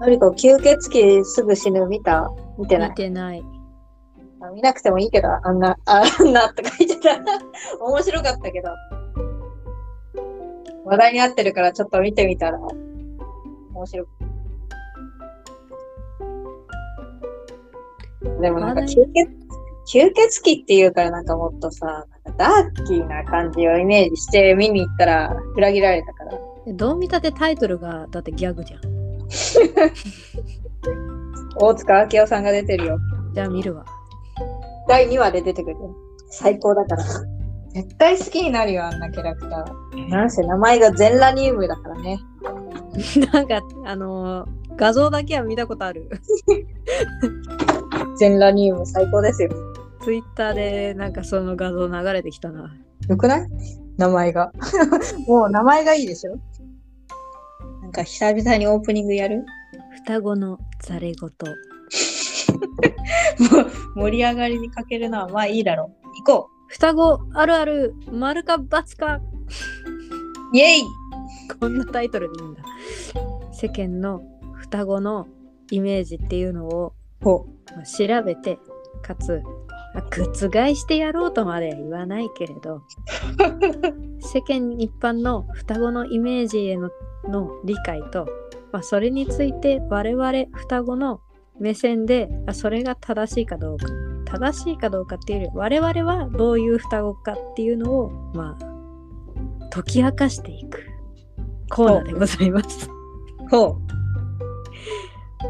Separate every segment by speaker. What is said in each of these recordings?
Speaker 1: のりこ、吸血鬼すぐ死ぬ見た見てない
Speaker 2: 見てない。
Speaker 1: あ見なくてもいいけど、あんな、ああんなって書いてた。 面白かったけど。話題になってるから、ちょっと見てみたら、面白い。でもなんか吸
Speaker 2: 話
Speaker 1: 血、吸血鬼っていうからなんかもっとさ、なんかダーキーな感じをイメージして見に行ったら裏切られたから。
Speaker 2: えどう見たってタイトルがだってギャグじゃん。
Speaker 1: 大塚明夫さんが出てるよ。
Speaker 2: じゃあ見るわ。
Speaker 1: 第2話で出てくるよ。最高だから。絶対好きになるよ、あんなキャラクター。なんせ名前がゼンラニウムだからね。
Speaker 2: なんかあのー画像だけは見たことある。
Speaker 1: ゼンラニウム最高ですよ。
Speaker 2: ツイッターでなんかその画像流れてきたな。
Speaker 1: よくない名前が。 もう名前がいいでしょなんか久々にオープニングやる
Speaker 2: 双子のざれ言。
Speaker 1: もう盛り上がりに欠けるのはまあいいだろう。行こ
Speaker 2: 双子あるある丸か×か
Speaker 1: うイエイ
Speaker 2: こんなタイトルでいいんだ。世間の双子のイメージっていうのを
Speaker 1: ほ
Speaker 2: まあ調べてかつまあ覆してやろうとまでは言わないけれど世間一般の双子のイメージへのの理解と、まあ、それについて我々双子の目線であそれが正しいかどうか正しいかどうかっていうより我々はどういう双子かっていうのをまあ解き明かしていくコーナーでございます。
Speaker 1: う。ほ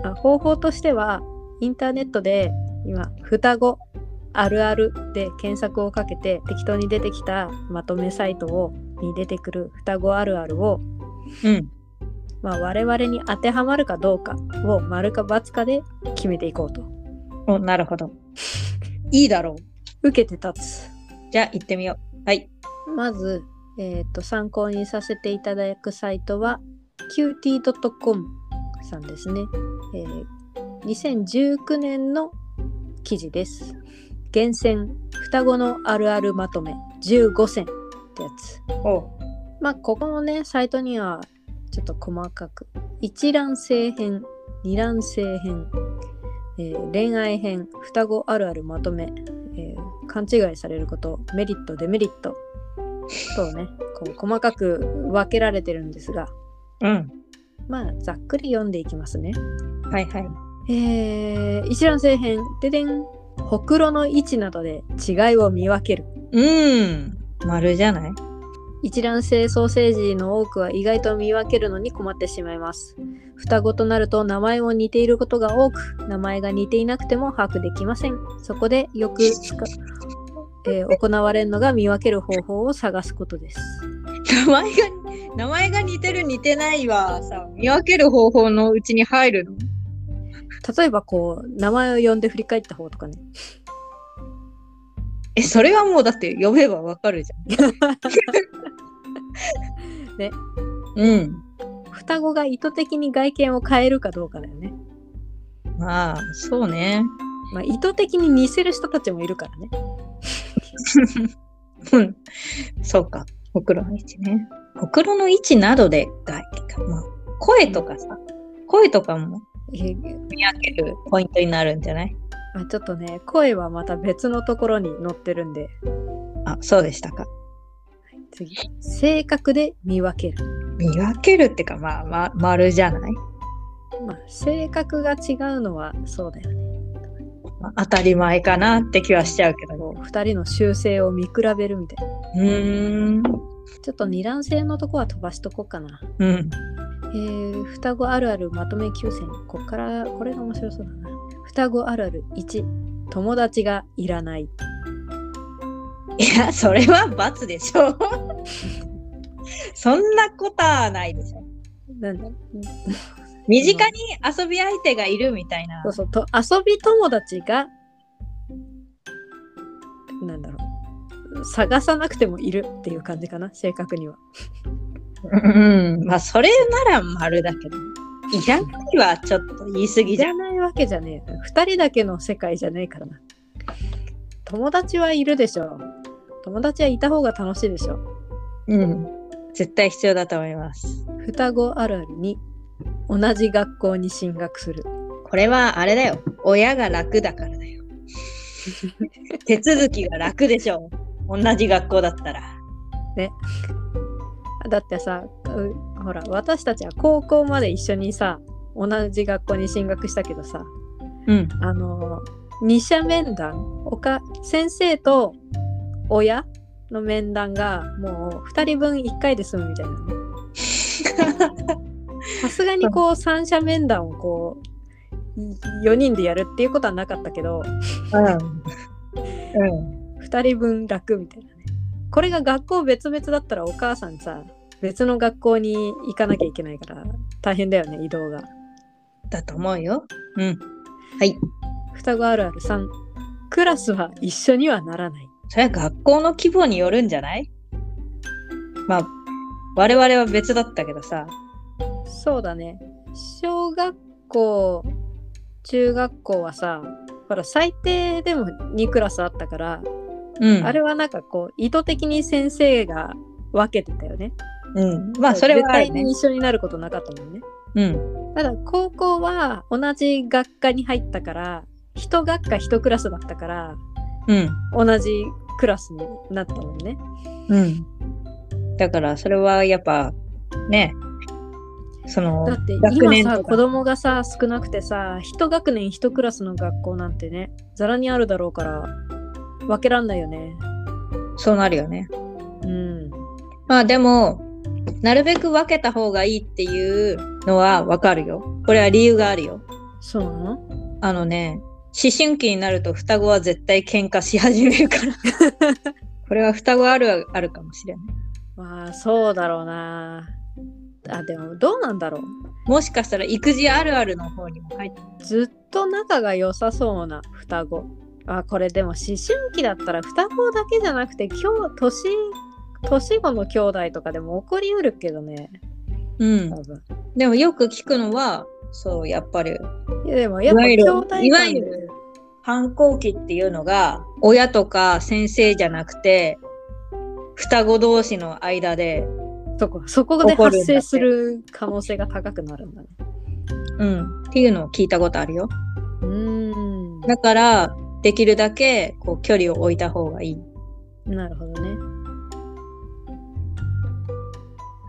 Speaker 2: あ方法としてはインターネットで今「双子あるある」で検索をかけて適当に出てきたまとめサイトをに出てくる双子あるあるを、
Speaker 1: う。うん。
Speaker 2: まあ、我々に当てはまるかどうかを丸か×かで決めていこうと
Speaker 1: お、なるほど。いいだろう。
Speaker 2: 受けて立つ
Speaker 1: じゃあ行ってみよう。はい。
Speaker 2: まず、えーと参考にさせていただくサイトは qt.com さんですね、えー2019年の記事です厳選双子のあるあるまとめ15選ってやつ
Speaker 1: ほう。
Speaker 2: まあここのねサイトにはちょっと細かく一卵性編二卵性編、えー恋愛編双子あるあるまとめ、えー勘違いされることメリットデメリットとねこう細かく分けられてるんですが
Speaker 1: うん。
Speaker 2: まあざっくり読んでいきますね。
Speaker 1: はいはい。
Speaker 2: えー一卵性編ででんほくろの位置などで違いを見分ける
Speaker 1: うん。丸じゃない
Speaker 2: 一卵性ソーセージの多くは意外と見分けるのに困ってしまいます双子となると名前も似ていることが多く名前が似ていなくても把握できませんそこでよく使う、えー行われるのが見分ける方法を探すことです
Speaker 1: 名前が名前が似てる似てないはさ見分ける方法のうちに入るの
Speaker 2: 例えばこう名前を呼んで振り返った方とかね
Speaker 1: えそれはもうだって呼べばわかるじゃん。
Speaker 2: ね。
Speaker 1: うん。
Speaker 2: 双子が意図的に外見を変えるかどうかだよね、
Speaker 1: まあそうね。
Speaker 2: まあ、意図的に似せる人たちもいるからね
Speaker 1: うん。そうか。ほくろの位置ね。ほくろの位置などでが、まあ、声とかさ、声とかも
Speaker 2: えー
Speaker 1: 見分けるポイントになるんじゃない
Speaker 2: まあちょっとね声はまた別のところに載ってるんで
Speaker 1: あそうでしたか。
Speaker 2: 次性格で見分ける、
Speaker 1: 見分けるってかまあ、ま、丸じゃない、
Speaker 2: まあ、性格が違うのはそうだよね
Speaker 1: まあ、当たり前かなって気はしちゃうけど。
Speaker 2: こう2人の習性を見比べるみたいな
Speaker 1: うーん。
Speaker 2: ちょっと二卵性のとこは飛ばしとこうかな、
Speaker 1: うん。
Speaker 2: えー双子あるあるまとめ9選こっからこれが面白そうだな双子あるある1友達がいらない
Speaker 1: いや、それは罰でしょ。 そんなことはないでしょ。
Speaker 2: なんだ
Speaker 1: 身近に遊び相手がいるみたいな
Speaker 2: そう。そうと遊び友達がなんだろう探さなくてもいるっていう感じかな正確には
Speaker 1: うん。まあ、それなら丸だけど。いらないはちょっと言い過ぎ
Speaker 2: い
Speaker 1: じゃ
Speaker 2: ら
Speaker 1: ん。
Speaker 2: ないわけじゃねえ。二人だけの世界じゃねえからな。友達はいるでしょ。友達はいた方が楽しいでしょ。
Speaker 1: うん。絶対必要だと思います。
Speaker 2: 双子あるあるに同じ学校に進学する。
Speaker 1: これはあれだよ。親が楽だからだよ。 手続きが楽でしょう。同じ学校だったら。
Speaker 2: だってさ、うほら、私たちは高校まで一緒にさ、同じ学校に進学したけどさ、
Speaker 1: うん。
Speaker 2: あの二者面談おか先生と親の面談がもう2人分1回で済むみたいなねさすがにこう三者面談をこう4人でやるっていうことはなかったけ
Speaker 3: う
Speaker 2: ど
Speaker 3: ん。うん。
Speaker 2: 2人分楽みたいなねこれが学校別々だったらお母さんさ別の学校に行かなきゃいけないから大変だよね移動が
Speaker 1: だと思うよ。うん。
Speaker 2: 双子あるある3クラスは一緒にはならない
Speaker 1: それは学校の規模によるんじゃないまあ、我々は別だったけどさ。
Speaker 2: そうだね小学校中学校はさほら最低でも2クラスあったから、
Speaker 1: うん。
Speaker 2: あれはなんかこう意図的に先生が分けてたよね
Speaker 1: うん。まあ、それはある
Speaker 2: 絶対
Speaker 1: ね
Speaker 2: に。一緒になることなかったもんね
Speaker 1: うん。
Speaker 2: ただ高校は同じ学科に入ったから一学科一クラスだったから
Speaker 1: うん。
Speaker 2: 同じクラスになったもんね
Speaker 1: うん。だから、それはやっぱ、ね。その
Speaker 2: だって、
Speaker 1: 学
Speaker 2: 今
Speaker 1: 年
Speaker 2: さ
Speaker 1: と
Speaker 2: 子
Speaker 1: か。
Speaker 2: 供がさ少なくてさ一学年一クラスの学校なんてねざらにあるだろうから分けらんないよね
Speaker 1: そうなるよね。
Speaker 2: うん
Speaker 1: まあ、でも、なるべく分けた方がいいっていうのはわかるよ。これは理由があるよ。
Speaker 2: そうなの
Speaker 1: あのね、思春期になると双子は絶対喧嘩し始める から。これは双子あるあるかもしれない。
Speaker 2: まあそうだろうなあでもどうなんだろう
Speaker 1: もしかしたら育児あるあるの方にも入って
Speaker 2: ずっと仲が良さそうな双子あこれでも思春期だったら双子だけじゃなくて今日年年後の兄弟とかでも起こりうるけどね
Speaker 1: うん
Speaker 2: 多。分
Speaker 1: でもよく聞くのは、そう、やっぱり、
Speaker 2: いやでも
Speaker 1: い
Speaker 2: やっぱ
Speaker 1: わゆ
Speaker 2: 兄
Speaker 1: る
Speaker 2: 弟、間で
Speaker 1: いわゆる反抗期っていうのが、親とか先生じゃなくて、双子同士の間で、
Speaker 2: そこそこで
Speaker 1: 起こるんだ
Speaker 2: 発
Speaker 1: って
Speaker 2: 生する可能性が高くなるんだね。
Speaker 1: うん、っていうのを聞いたことあるよ。
Speaker 2: うーん
Speaker 1: だから、できるだけ、こう、距離を置いた方がいい。
Speaker 2: なるほどね。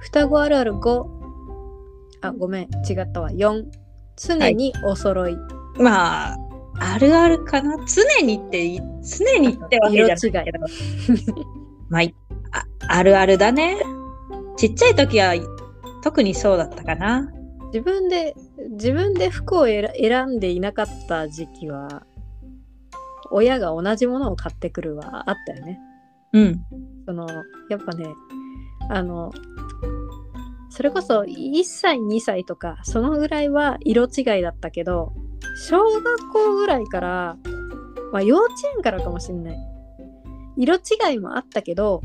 Speaker 2: 双子あるある5あごめん違ったわ4常にお揃い、
Speaker 1: まあ、あるあるかな。常にってい、常にってわけじゃないけど。 まあいあ、あるあるだね。ちっちゃい時は特にそうだったかな。
Speaker 2: 自分で自分で服を選選んでいなかった時期は親が同じものを買ってくるはあったよね。
Speaker 1: うん。
Speaker 2: そのやっぱねあのそれこそ1歳2歳とかそのぐらいは色違いだったけど小学校ぐらいから、まあ、幼稚園からかもしんない色違いもあったけど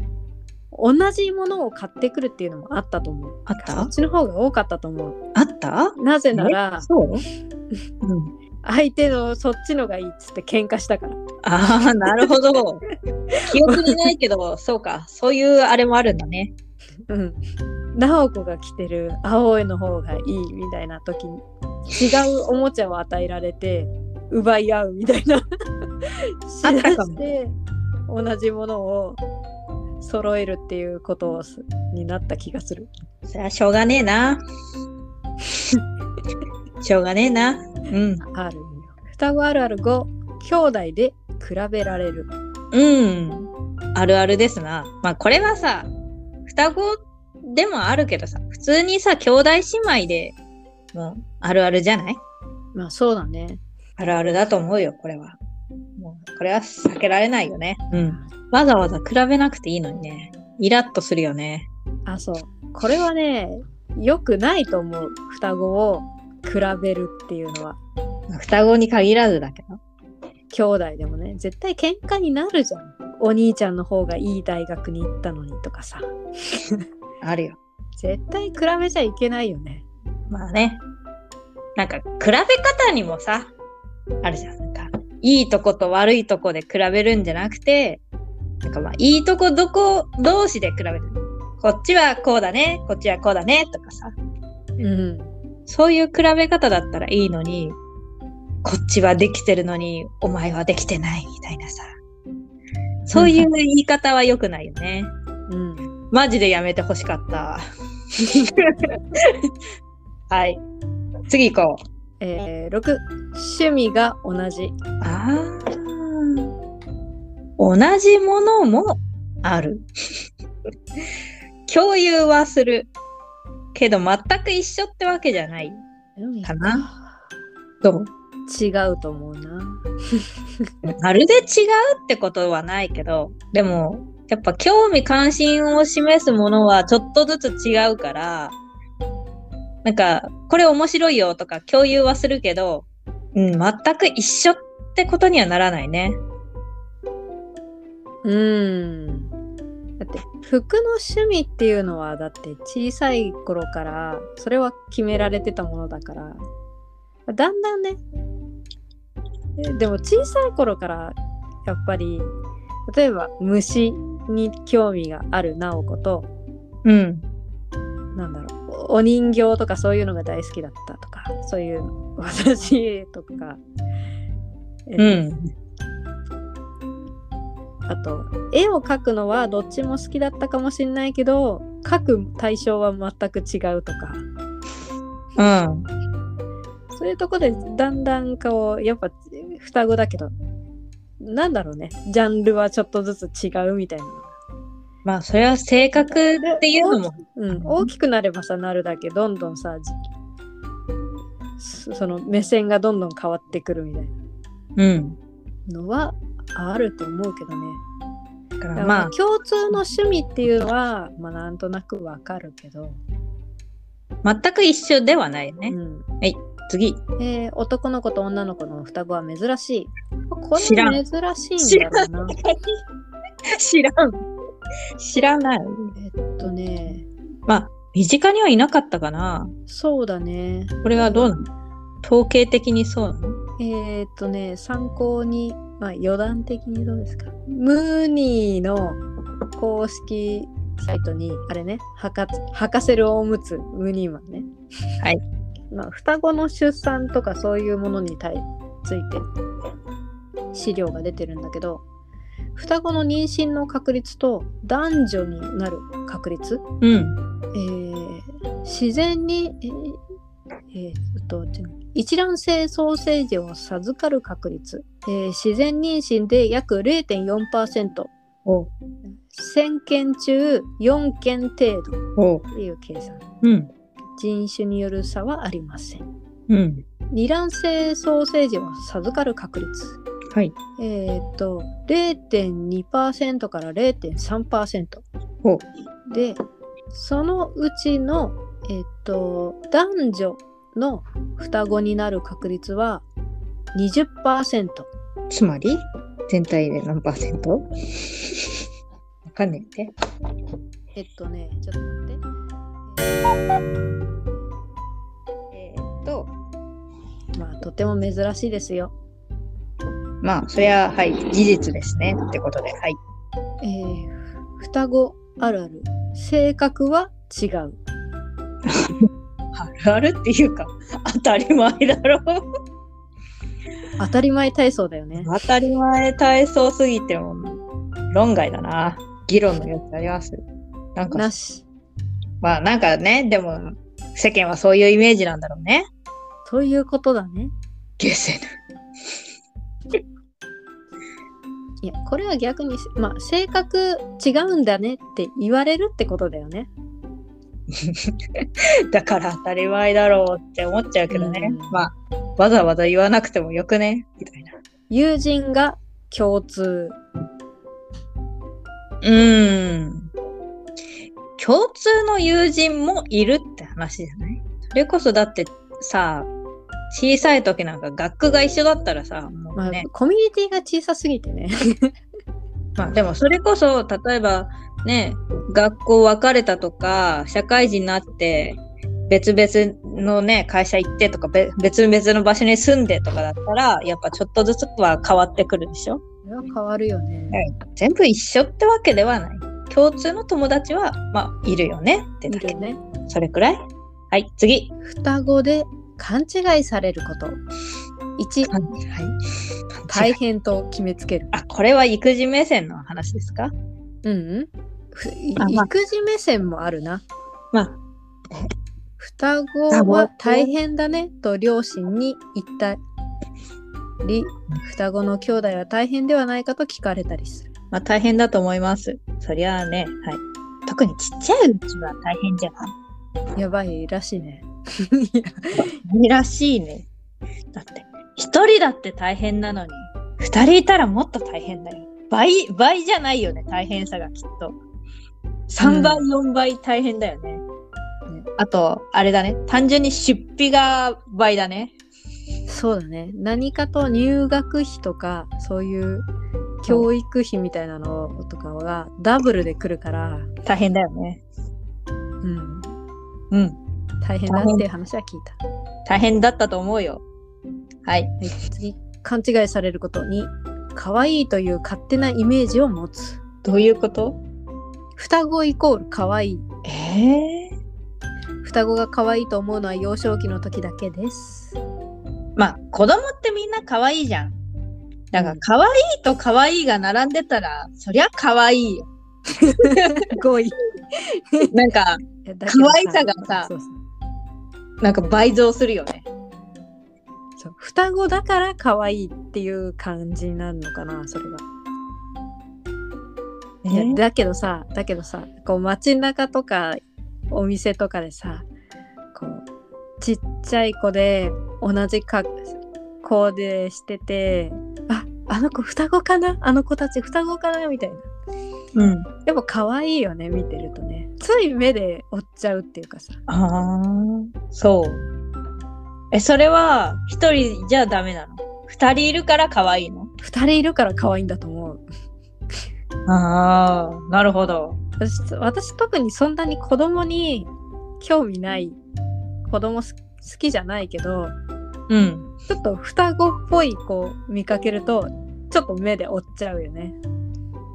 Speaker 2: 同じものを買ってくるっていうのもあったと思う
Speaker 1: あっ
Speaker 2: そ
Speaker 1: た
Speaker 2: っちの方が多かったと思
Speaker 1: あった
Speaker 2: うなぜなら
Speaker 1: えそう、うん、
Speaker 2: 相手のそっちのがいいっつって喧嘩したから
Speaker 1: ああ、なるほど。記憶にないけど、そうか。そういうあれもあるんだね。
Speaker 2: うん、直子が着てる青いの方がいいみたいな時に違うおもちゃを与えられて奪い合うみたいな
Speaker 1: あ
Speaker 2: 知
Speaker 1: っ
Speaker 2: ら
Speaker 1: たかも
Speaker 2: して同じものを揃えるっていうことをすになった気がする
Speaker 1: それはしょうがねえ な。しょうがねえな。うん。
Speaker 2: あるよ双子あるある5兄弟で比べられる
Speaker 1: うん。あるあるですな。まあこれはさ、双子でもあるけどさ、普通にさ、兄弟姉妹でもうあるあるじゃない
Speaker 2: まあそうだね
Speaker 1: あるあるだと思うよ、これは。もうこれは避けられないよね。うん。わざわざ比べなくていいのにね。イラッとするよね。
Speaker 2: あそうこれはね良くないと思う双子を比べるっていうのは
Speaker 1: 双子に限らずだけど。
Speaker 2: 兄弟でもね絶対喧嘩になるじゃんお兄ちゃんの方がいい大学に行ったのにとかさ
Speaker 1: あるよ。
Speaker 2: 絶対比べちゃいけないよね
Speaker 1: まあね。なんか、比べ方にもさ、あるじゃん。なんか、いいとこと悪いとこで比べるんじゃなくて、なんかまあ、いいとこどこ同士で比べる。こっちはこうだね、こっちはこうだね、とかさ。
Speaker 2: うん
Speaker 1: そういう比べ方だったらいいのに、こっちはできてるのに、お前はできてないみたいなさ。そういう言い方は良くないよね。
Speaker 2: うん。
Speaker 1: マジでやめてほしかった。 はい。次行こう。
Speaker 2: えー、6、趣味が同じ。
Speaker 1: あー同じものもある。共有はする。けど全く一緒ってわけじゃないかな。どう
Speaker 2: 違うと思うな。
Speaker 1: まるで違うってことはないけど、でも、やっぱ興味関心を示すものはちょっとずつ違うから、なんか、これ面白いよとか共有はするけど、うん、全く一緒ってことにはならないね。
Speaker 2: うーん。だって服の趣味っていうのはだって小さい頃からそれは決められてたものだからだんだんねえでも小さい頃からやっぱり例えば虫に興味がある直子と
Speaker 1: うん。
Speaker 2: なんだろうおお人形とかそういうのが大好きだったとかそういう私とか、えっと
Speaker 1: うん。
Speaker 2: あと絵を描くのはどっちも好きだったかもしれないけど描く対象は全く違うとか
Speaker 1: うん。
Speaker 2: そういうとこでだんだんこうやっぱ双子だけどなんだろうねジャンルはちょっとずつ違うみたいな、
Speaker 1: まあ、それは性格っていうのも。
Speaker 2: うん、大きくなればさなるだけどんどんさそその目線がどんどん変わってくるみたい
Speaker 1: うん。
Speaker 2: なのはあると思うけどね
Speaker 1: だか
Speaker 2: だからら
Speaker 1: まあ、
Speaker 2: 共通の趣味っていうのは、まあ、なんとなくわかるけど、
Speaker 1: 全く一緒ではないよ
Speaker 2: う
Speaker 1: ね。
Speaker 2: ん、
Speaker 1: 次。
Speaker 2: えー男の子と女の子の双子は珍しい。こ
Speaker 1: 知ら
Speaker 2: れ珍しいんだろうな。
Speaker 1: 知らん。知らない。
Speaker 2: えっとね、
Speaker 1: まあ、身近にはいなかったかな。
Speaker 2: そうだね。
Speaker 1: これはどうなの統計的にそうなの
Speaker 2: えーっとね、参考に、まあ、余談的にどうですか。ムーニーの公式サイトに、あれね、はかはかせるおむつ、ムーニーマンね。
Speaker 1: はい。
Speaker 2: まあ、双子の出産とかそういうものに対ついて資料が出てるんだけど、双子の妊娠の確率と男女になる確率
Speaker 1: うん。
Speaker 2: えー自然に、えーえーっと違う一卵性ソーセージを授かる確率、えー自然妊娠で約0.4%
Speaker 1: お
Speaker 2: 1000件中4件程度
Speaker 1: お
Speaker 2: という計算
Speaker 1: うん。
Speaker 2: 人種による差はありません
Speaker 1: うん。
Speaker 2: 二卵性ソーセージを授かる確率
Speaker 1: はい。
Speaker 2: えーっと0.2%から0.3%
Speaker 1: お
Speaker 2: でそのうちの、えっと、男女の双子になる確率は20%
Speaker 1: つまり、全体で何パーセントわかんないって。
Speaker 2: えっとねちょっと待って
Speaker 1: えーっと、
Speaker 2: まあとても珍しいですよ
Speaker 1: まあ、そりゃ、はい、事実ですね。ってことで、はい。
Speaker 2: えー双子あるある性格は違う
Speaker 1: あるあるっていうか、当たり前だろう。
Speaker 2: 当たり前体操だよね
Speaker 1: 当たり前体操すぎても論外だな議論の余地ありますなんか
Speaker 2: なし
Speaker 1: まあなんかねでも世間はそういうイメージなんだろうね
Speaker 2: ということだね
Speaker 1: ゲセヌ
Speaker 2: いやこれは逆にまあ性格違うんだねって言われるってことだよね
Speaker 1: だから当たり前だろうって思っちゃうけどね、
Speaker 2: うん
Speaker 1: まあわざわざ言わなくてもよくねみたいな
Speaker 2: 友人が共通
Speaker 1: うーん共通の友人もいるって話じゃないそれこそだってさ小さい時なんか学区が一緒だったらさも
Speaker 2: ま
Speaker 1: う
Speaker 2: あ、
Speaker 1: ね、
Speaker 2: コミュニティが小さすぎて ね。
Speaker 1: まあでもそれこそ例えばね学校別れたとか社会人になって別々のね会社行ってとかべ別々の場所に住んでとかだったらやっぱちょっとずつは変わってくるでしょ
Speaker 2: それは変わるよね。
Speaker 1: 全部一緒ってわけではない共通の友達はまあいるよねって
Speaker 2: い
Speaker 1: だ
Speaker 2: る
Speaker 1: け
Speaker 2: よね。
Speaker 1: それくらいはい、次。
Speaker 2: 双子で勘違いされること。1、
Speaker 1: はい。
Speaker 2: 大変と決めつける。
Speaker 1: あ、これは育児目線の話ですか
Speaker 2: うん、うんふい
Speaker 1: あまあ
Speaker 2: 育児目線もあるな。
Speaker 1: まあ
Speaker 2: 双
Speaker 1: 双
Speaker 2: 子
Speaker 1: 子
Speaker 2: は大変だねと両親に言ったり、双子の兄弟は大変ではないかと聞かれたりする。
Speaker 1: まあ大変だと思います。そりゃあね、はい。特にちっちゃいうちは大変じゃない。
Speaker 2: やばいらしいね。
Speaker 1: いいらしいね。だって、一人だって大変なのに、二人いたらもっと大変だよ。倍、倍じゃないよね、大変さがきっと。3倍、
Speaker 2: う
Speaker 1: 4倍大変だよね。あと、あれだね、単純に出費が倍だね。
Speaker 2: そうだね。何かと入学費とか、そういう教育費みたいなのとかがダブルで来るから、
Speaker 1: 大変だよね。
Speaker 2: うん、
Speaker 1: うん、
Speaker 2: 大変だっていう話は聞いた。
Speaker 1: 大変だったと思うよ。はい。
Speaker 2: はい、次勘違いされることに可愛いという勝手なイメージを持つ
Speaker 1: どういうこと
Speaker 2: 双子イコール可愛い
Speaker 1: ええ
Speaker 2: 双子が可愛いと思うのは幼少期の時だけです
Speaker 1: まあ、子供ってみんな可愛いじゃん。だから、可愛いと可愛いが並んでたら、そりゃ可愛いよ。
Speaker 2: 5位
Speaker 1: なんか、可愛さがさ
Speaker 2: そうそう
Speaker 1: なんか倍増するよね。
Speaker 2: そう双子だから可愛いっていう感じになるのかなそれが、いやだけどさだけどさこう街中とかお店とかでさこうちっちゃい子で同じ格好でしててああの子双子かなあの子たち双子かなみたいな
Speaker 1: うん。
Speaker 2: やっぱ可愛いよね見てるとねつい目で追っちゃうっていうかさ
Speaker 1: ああ、そう。え、それは一人じゃダメなの二人いるから可愛いの
Speaker 2: 2人いるから可愛いんだと思う
Speaker 1: ああ、なるほど。
Speaker 2: 私私特にそんなに子供に興味ない子供す好きじゃないけど
Speaker 1: うん。
Speaker 2: ちょっと双子っぽい子を見かけるとちょっと目で追っちゃうよね。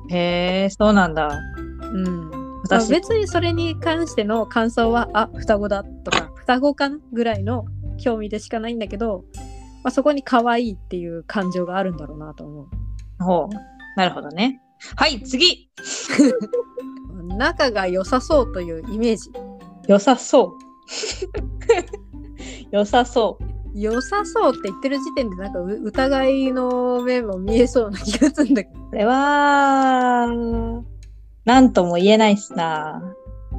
Speaker 1: へえ、そうなんだ。
Speaker 2: うんまあ、
Speaker 1: 私、
Speaker 2: 別にそれに関しての感想はあ双子だとか双子かなぐらいの興味でしかないんだけど、まあ、そこに可愛いっていう感情があるんだろうなと思う。
Speaker 1: ほう。なるほどね。はい、次。
Speaker 2: 仲が良さそうというイメージ
Speaker 1: 良さそう。 良さそう。
Speaker 2: 良さそうって言ってる時点でなんかう疑いの目も見えそうな気がするんだけど
Speaker 1: これは、なんとも言えないっすな。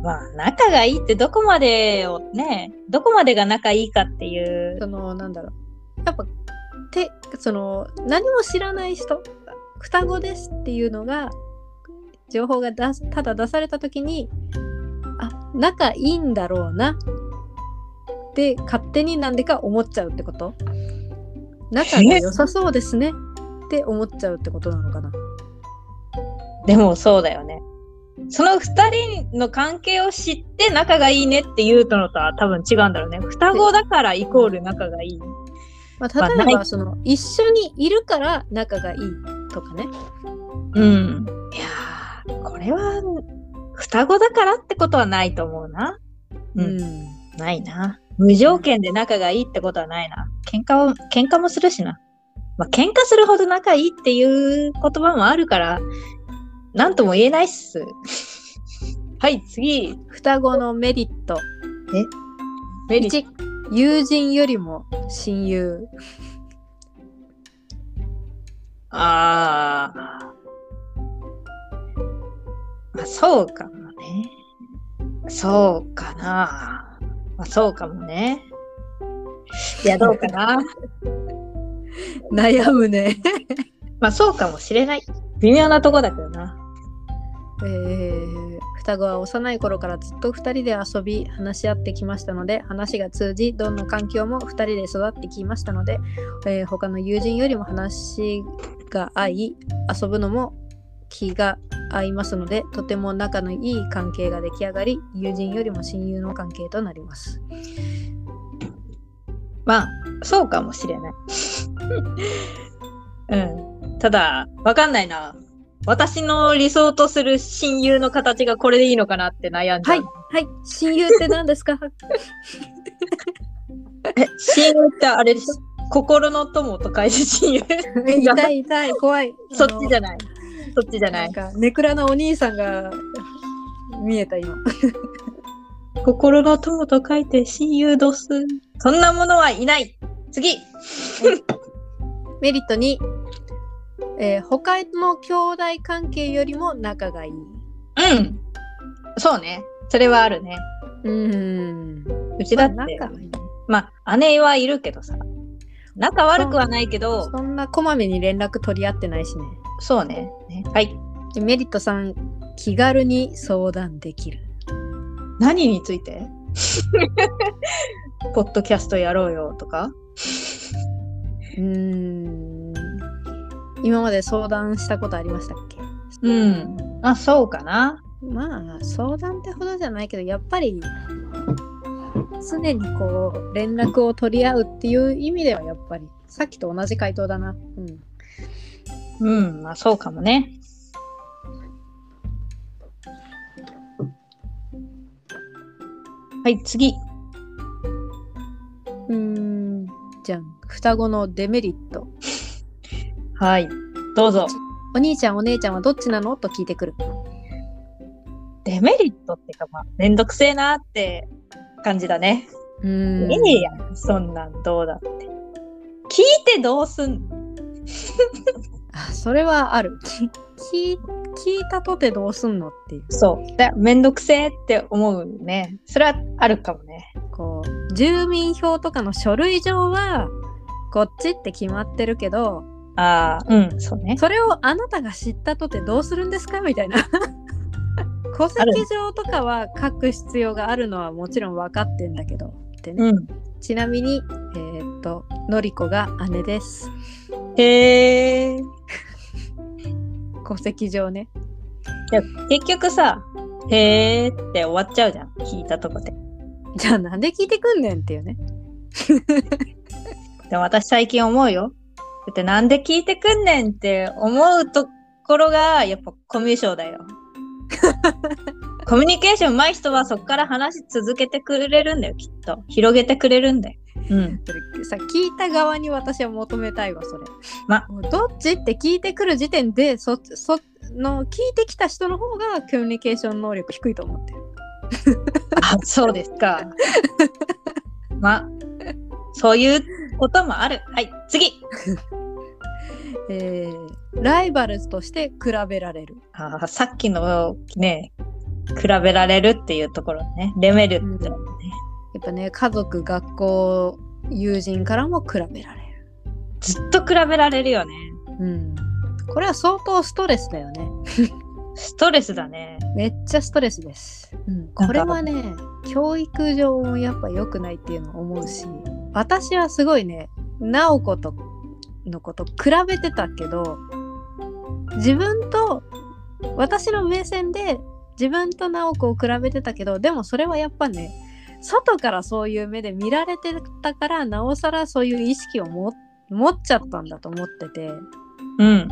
Speaker 1: まあ、仲がいいってどこまでをね、どこまでが仲いいかっていう。
Speaker 2: そのなんだろうやっぱてその何も知らない人双子ですっていうのが情報が出すただ出された時にあ仲いいんだろうなって勝手になんでか思っちゃうってこと仲が良さそうですねって思っちゃうってことなのかな
Speaker 1: でもそうだよね。その二人の関係を知って仲がいいねって言うとのとは多分違うんだろうね。双子だからイコール仲がいい。
Speaker 2: ま
Speaker 1: まあ
Speaker 2: あ、例え
Speaker 1: な
Speaker 2: ばその一緒にいるから仲がいいとかね
Speaker 1: うん。いやー、これは双子だからってことはないと思うな。うん、
Speaker 2: ん
Speaker 1: ないな。無条件で仲がいいってことはないな。喧嘩を、喧嘩もするしな。まあ、喧嘩するほど仲いいっていう言葉もあるから、なんとも言えないっす。 はい、次。
Speaker 2: 双子のメリット
Speaker 1: メリット
Speaker 2: 1友人よりも親友
Speaker 1: ああ。まあ、そうかもね。そうかな。まあ、そうかもね。いや、どうかな。
Speaker 2: 悩むね
Speaker 1: まあ、そうかもしれない。微妙なとこだけどな。
Speaker 2: えー双子は幼い頃からずっと2人で遊び話し合ってきましたので話が通じどんな環境も2人で育ってきましたので、えー他の友人よりも話が合い遊ぶのも気が合いますのでとても仲のいい関係が出来上がり友人よりも親友の関係となります
Speaker 1: まあ、そうかも しれない。うん。ただ、わかんないな。私の理想とする親友の形がこれでいいのかなって悩んで、
Speaker 2: はい、はい、親友って何ですか
Speaker 1: 親友ってあれでしょ心の友と書いて親 友
Speaker 2: 痛い痛い、怖い。
Speaker 1: そっちじゃない。そっちじゃ
Speaker 2: あの
Speaker 1: な
Speaker 2: なん
Speaker 1: い。
Speaker 2: か、ネクラのお兄さんが見えた今。
Speaker 1: 心の友と書いて親友どす。そんなものはいない。次
Speaker 2: メリット2、えー他の兄弟関係よりも仲がいい。
Speaker 1: うん。そうね。それはあるね。
Speaker 2: うん。
Speaker 1: うちだって、
Speaker 2: まあ仲がいい
Speaker 1: まあ、姉はいるけどさ。仲悪くはないけど、
Speaker 2: そんなこまめに連絡取り合ってないしね。
Speaker 1: そうね。ねはい。
Speaker 2: でメリット3、気軽に相談できる。
Speaker 1: 何について ポッドキャストやろうよとか
Speaker 2: うーん。今まで相談したことありましたっけ
Speaker 1: うん。あ、そうかな。
Speaker 2: まあ相談ってほどじゃないけどやっぱり常にこう連絡を取り合うっていう意味ではやっぱりさっきと同じ回答だな。うん、
Speaker 1: うん、まあそうかもね。はい、次。
Speaker 2: うーんじゃん双子のデメリット。
Speaker 1: はい、どうぞ。
Speaker 2: お兄ちゃんお姉ちゃんはどっちなのと聞いてくる。
Speaker 1: デメリットってか、まあ、めんどくせえなって感じだね。
Speaker 2: うーん
Speaker 1: いいやん、そんなんどうだって。聞いてどうすんの
Speaker 2: あそれはある。き聞い聞いたとてどうすんのっていう
Speaker 1: そう。だめんどくせえって思うね。それはあるかもね。
Speaker 2: こう住民票とかの書類上はこっちって決まってるけど
Speaker 1: ああ、うん、そうね。
Speaker 2: それをあなたが知ったとてどうするんですかみたいな 戸籍上とかは書く必要があるのはもちろん分かってんだけどってね、
Speaker 1: うん。
Speaker 2: ちなみにえーっとのりこが姉です
Speaker 1: へえ。
Speaker 2: 戸籍上ね
Speaker 1: 結局さ、へえって終わっちゃうじゃん。聞いたとこで。
Speaker 2: じゃあなんで聞いてくんねんっていうね
Speaker 1: でも私最近思うよ。だってなんで聞いてくんねんって思うところがやっぱコミュ障だよ。コミュニケーション上手い人はそこから話し続けてくれるんだよきっと。広げてくれるんだよ。うん。
Speaker 2: それさ聞いた側に私は求めたいわそれ、
Speaker 1: ま
Speaker 2: もうどっちって聞いてくる時点でそその聞いてきた人の方がコミュニケーション能力低いと思ってる
Speaker 1: あ、そうですか。 まあ、そういうこともある。はい、次
Speaker 2: えーライバルとして比べられる。
Speaker 1: あーさっきのね、比べられるっていうところね。レベルって、ね
Speaker 2: やっぱね、家族、学校、友人からも比べられる。
Speaker 1: ずっと比べられるよね。
Speaker 2: うん。これは相当ストレスだよね。
Speaker 1: ストレスだね。
Speaker 2: めっちゃストレスです。うん、これはね、教育上もやっぱ良くないっていうのを思うし、私はすごいね、直子とのこと比べてたけど、自分と、私の目線で自分と直子を比べてたけど、でもそれはやっぱね、外からそういう目で見られてたから、なおさらそういう意識をも持っちゃったんだと思ってて。
Speaker 1: うん。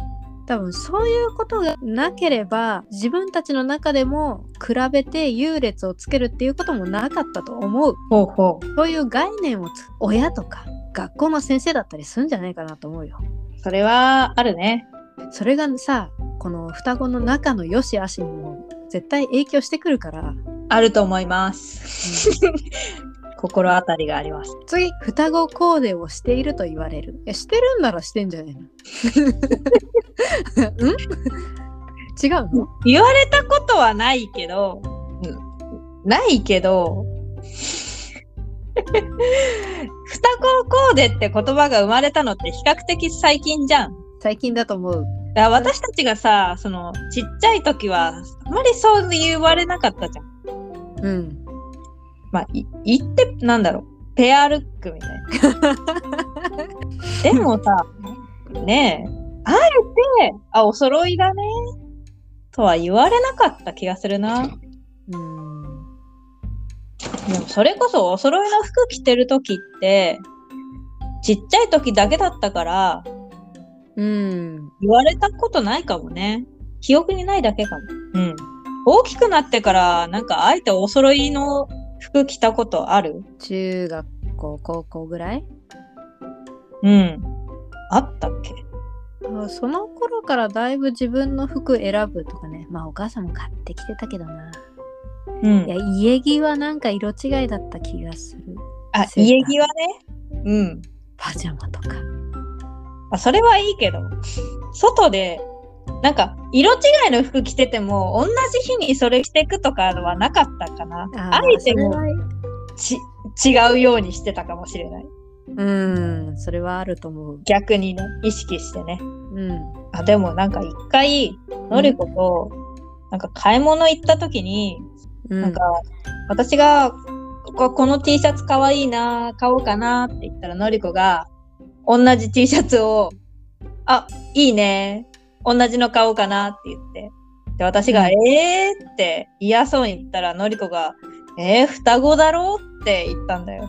Speaker 2: 多分そういうことがなければ自分たちの中でも比べて優劣をつけるっていうこともなかったと思う
Speaker 1: ほうほう。
Speaker 2: そういう概念をつ親とか学校の先生だったりするんじゃないかなと思うよ
Speaker 1: それはあるね。
Speaker 2: それがさこの双子の仲の良し悪しにも絶対影響してくるから
Speaker 1: あると思います。 心当たりがあります。
Speaker 2: 次双子コーデをしていると言われるいやしてるんならしてんじゃ ねえのん違うの
Speaker 1: 言われたことはないけど、ないけど、双子コーデって言葉が生まれたのって比較的最近じゃん。
Speaker 2: 最近だと思う
Speaker 1: だから私たちがさ、そのちっちゃい時はあまりそう言われなかったじゃん。
Speaker 2: うん
Speaker 1: まあ、い言って、なんだろう、ペアルックみたい な。でもさ、ねえ、あえて、あ、お揃いだね、とは言われなかった気がするな。
Speaker 2: うん
Speaker 1: でもそれこそお揃いの服着てる時って、ちっちゃい時だけだったから、
Speaker 2: うん
Speaker 1: 言われたことないかもね。記憶にないだけかも。うん。大きくなってから、なんか、あえてお揃いの服着たことある
Speaker 2: 中学校高校ぐらい
Speaker 1: うん。あったっけ
Speaker 2: あその頃からだいぶ自分の服選ぶとかねまあお母さんも買ってきてたけどな
Speaker 1: う
Speaker 2: いや
Speaker 1: ん。
Speaker 2: 家着はなんか色違いだった気がする
Speaker 1: あ、
Speaker 2: セーター
Speaker 1: 家着はね。うん。
Speaker 2: パジャマとか
Speaker 1: あ、それはいいけど、外で、なんか、色違いの服着てても、同じ日にそれ着てくとかはなかったかな。あえても
Speaker 2: それは
Speaker 1: ち違うようにしてたかもしれない。
Speaker 2: うんそれはあると思う
Speaker 1: 逆にね、意識してね。
Speaker 2: うん
Speaker 1: あ、でもなんか一回、のりこと、なんか買い物行った時に、
Speaker 2: うん
Speaker 1: なんか、 私が、ここの T シャツかわいいな、買おうかなって言ったら、のりこが、同じ T シャツを、あ、いいね、同じの買おうかなって言って。で、私が、
Speaker 2: うん
Speaker 1: えーって嫌そうに言ったら、のりこが、えー、双子だろって言ったんだよ。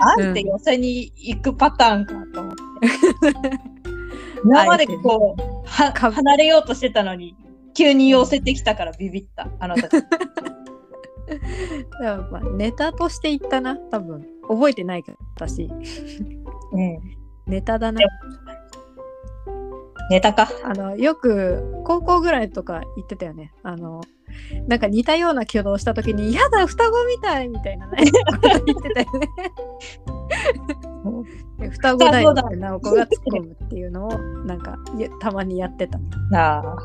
Speaker 1: あえて寄せに行くパターンかと思って。 今までこう、は
Speaker 2: か
Speaker 1: 離れようとしてたのに、急に寄せてきたからビビった、あなた。
Speaker 2: やっぱネタとして言ったな多分覚えてないから私
Speaker 1: うん。
Speaker 2: ネタだな
Speaker 1: でネタか。
Speaker 2: あのよく高校ぐらいとか言ってたよねあのなんか似たような挙動した時に「やだ双子みたい」みたいなね こと言ってたよねで双子だよって直子が突っ込むっていうのをなんかやたまにやってた
Speaker 1: なあ。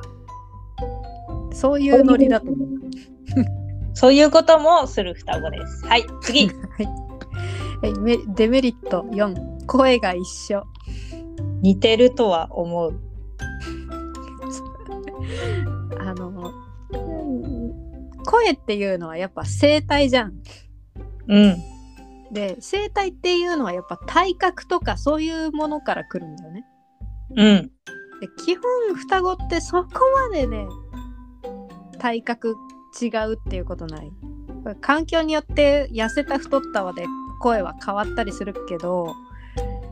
Speaker 2: そういうノリだと思う
Speaker 1: そういうこともする双子です。はい、 次。
Speaker 2: えめデメリット4声が一緒
Speaker 1: 似てるとは思う。
Speaker 2: あのうん声っていうのはやっぱ声帯じゃん
Speaker 1: うん。
Speaker 2: で声帯っていうのはやっぱ体格とかそういうものから来るんだよね。
Speaker 1: うん。
Speaker 2: で基本双子ってそこまでね体格違うっていうことない。これ環境によって痩せた太ったはで声は変わったりするけど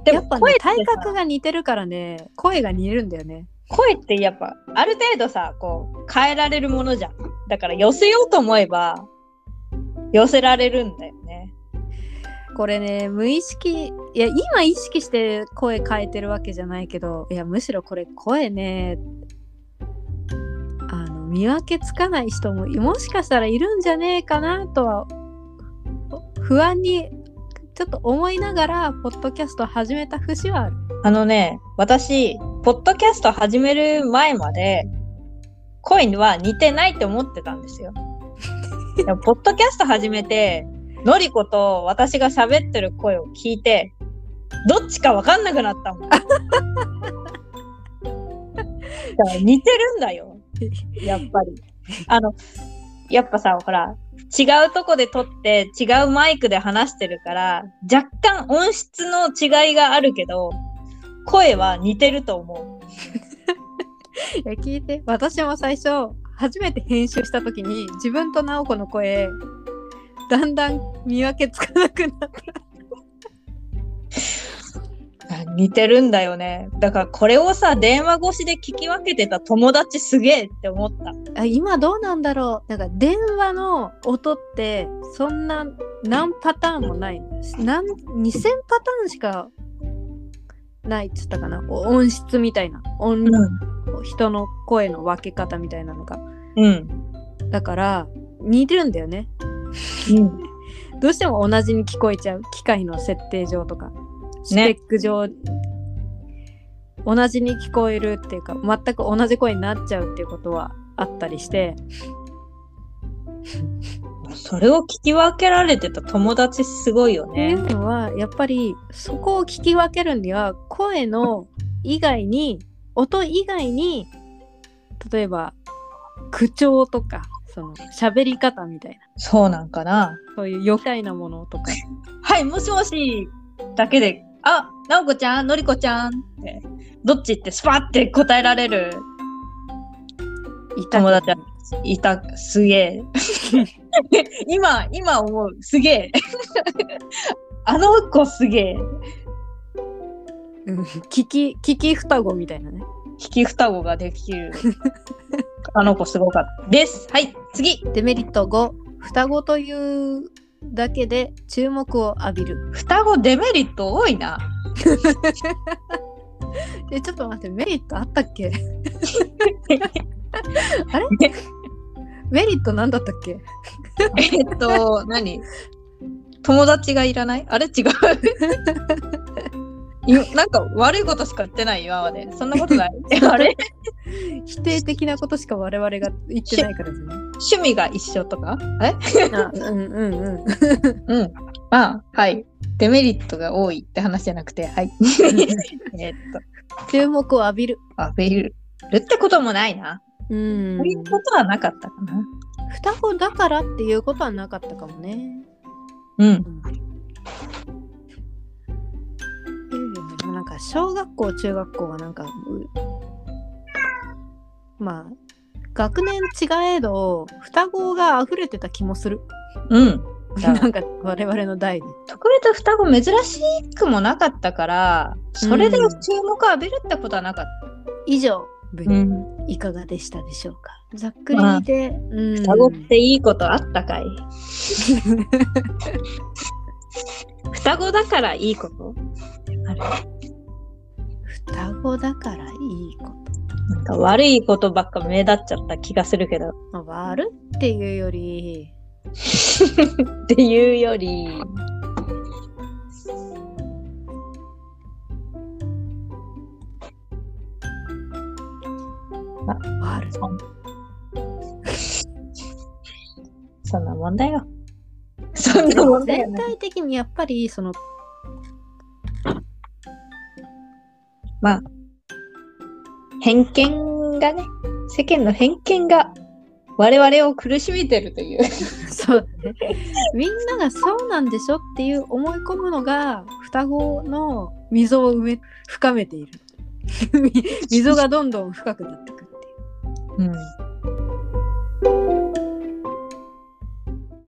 Speaker 1: で
Speaker 2: や
Speaker 1: も
Speaker 2: っぱ
Speaker 1: 声っ
Speaker 2: ね
Speaker 1: てさ
Speaker 2: 体格が似てるからね声が似るんだよね。
Speaker 1: 声ってやっぱ、ある程度さ、こう、変えられるものじゃん。だから寄せようと思えば、寄せられるんだよね。
Speaker 2: これね無意識いや今意識して声変えてるわけじゃないけどいやむしろこれ声ねあの見分けつかない人ももしかしたらいるんじゃねえかなとは不安にちょっと思いながらポッドキャスト始めた節はある。
Speaker 1: あのね、私、ポッドキャスト始める前まで、声には似てないって思ってたんですよ。でもポッドキャスト始めて、のりこと私が喋ってる声を聞いて、どっちかわかんなくなったもん。だから似てるんだよ。やっぱり。あの、やっぱさ、ほら、違うとこで撮って、違うマイクで話してるから、若干音質の違いがあるけど、声は似てると思
Speaker 2: いや聞いて私も最初初めて編集した時に自分と直子の声だんだん見分けつかなくなって
Speaker 1: う。似てるんだよね。だからこれをさ、電話越しで聞き分けてた友達すげえって思った。
Speaker 2: あ今どうなんだろうなんか電話の音ってそんな何パターンもないなん2000パターンしかないっつったかなお音質みたいな音、
Speaker 1: う
Speaker 2: 人の声の分け方みたいなのが
Speaker 1: ん。うん。
Speaker 2: だから似てるんだよね
Speaker 1: うん。
Speaker 2: どうしても同じに聞こえちゃう機械の設定上とかスペック上、同じに聞こえるっていうか全く同じ声になっちゃうっていうことはあったりして
Speaker 1: それを聞き分けられてた友達すごいよ
Speaker 2: って
Speaker 1: ね。
Speaker 2: いうのはやっぱりそこを聞き分けるには声の以外に音以外に例えば口調とかその喋り方みたいな
Speaker 1: そうなんかな。
Speaker 2: そういう余計なものとか
Speaker 1: はい、もしもしだけで、あ、なおこちゃん、のりこちゃんって、どっちってスパッて答えられる
Speaker 2: いた
Speaker 1: 友達はいた、す げえ。今、今思う、すげえ。あの子すげえ。
Speaker 2: うん聞き聞き双子みたいなね
Speaker 1: 引き双子ができる。あの子すごかった。です。はい、次。
Speaker 2: デメリット5双子というだけで注目を浴びる
Speaker 1: 双子デメリット多いな。
Speaker 2: えちょっと待ってメリットあったっけ
Speaker 1: え
Speaker 2: メリットなんだったっけ
Speaker 1: っと、何友達がいらないあれ違う。 いなんか悪いことしか言ってない今まで。そんなこと ない。えあれ
Speaker 2: 否定的なことしか我々が言ってないからですね
Speaker 1: 趣味が一緒とかえ
Speaker 2: あうんうんうん
Speaker 1: うん。まあ、はい。デメリットが多いって話じゃなくて、はい。 えっと、
Speaker 2: 注目を浴びる
Speaker 1: あ、ベルるってこともないな。
Speaker 2: うん
Speaker 1: そういうことはなかったかな。
Speaker 2: 双子だからっていうことはなかったかもね
Speaker 1: うん。
Speaker 2: うんなんか小学校中学校はなんかうまあ学年違えど双子が溢れてた気もする
Speaker 1: うん。だ
Speaker 2: なんか我々の代で
Speaker 1: 特別双子珍しくもなかったから、それで注目を浴びるってことはなかっ
Speaker 2: 以上、
Speaker 1: た。ん。
Speaker 2: いかがでしたでしょうかざっくり見て、うん
Speaker 1: 双子っていいことあったかい双子だからいいこと
Speaker 2: 双子だからいいこ
Speaker 1: なんか悪いことばっか目立っちゃった気がするけど。
Speaker 2: と、まあ、悪っていうより
Speaker 1: っていうより、
Speaker 2: 悪
Speaker 1: そんな問題よ。そんな問題よ
Speaker 2: 全体的にやっぱりその
Speaker 1: まあ、偏見がね、世間の偏見が我々を苦しめてるという。
Speaker 2: そうだね。みんながそうなんでしょっていう思い込むのが双子の溝を埋め 深めている。み溝がどんどん深くなってくってい う。
Speaker 1: うん。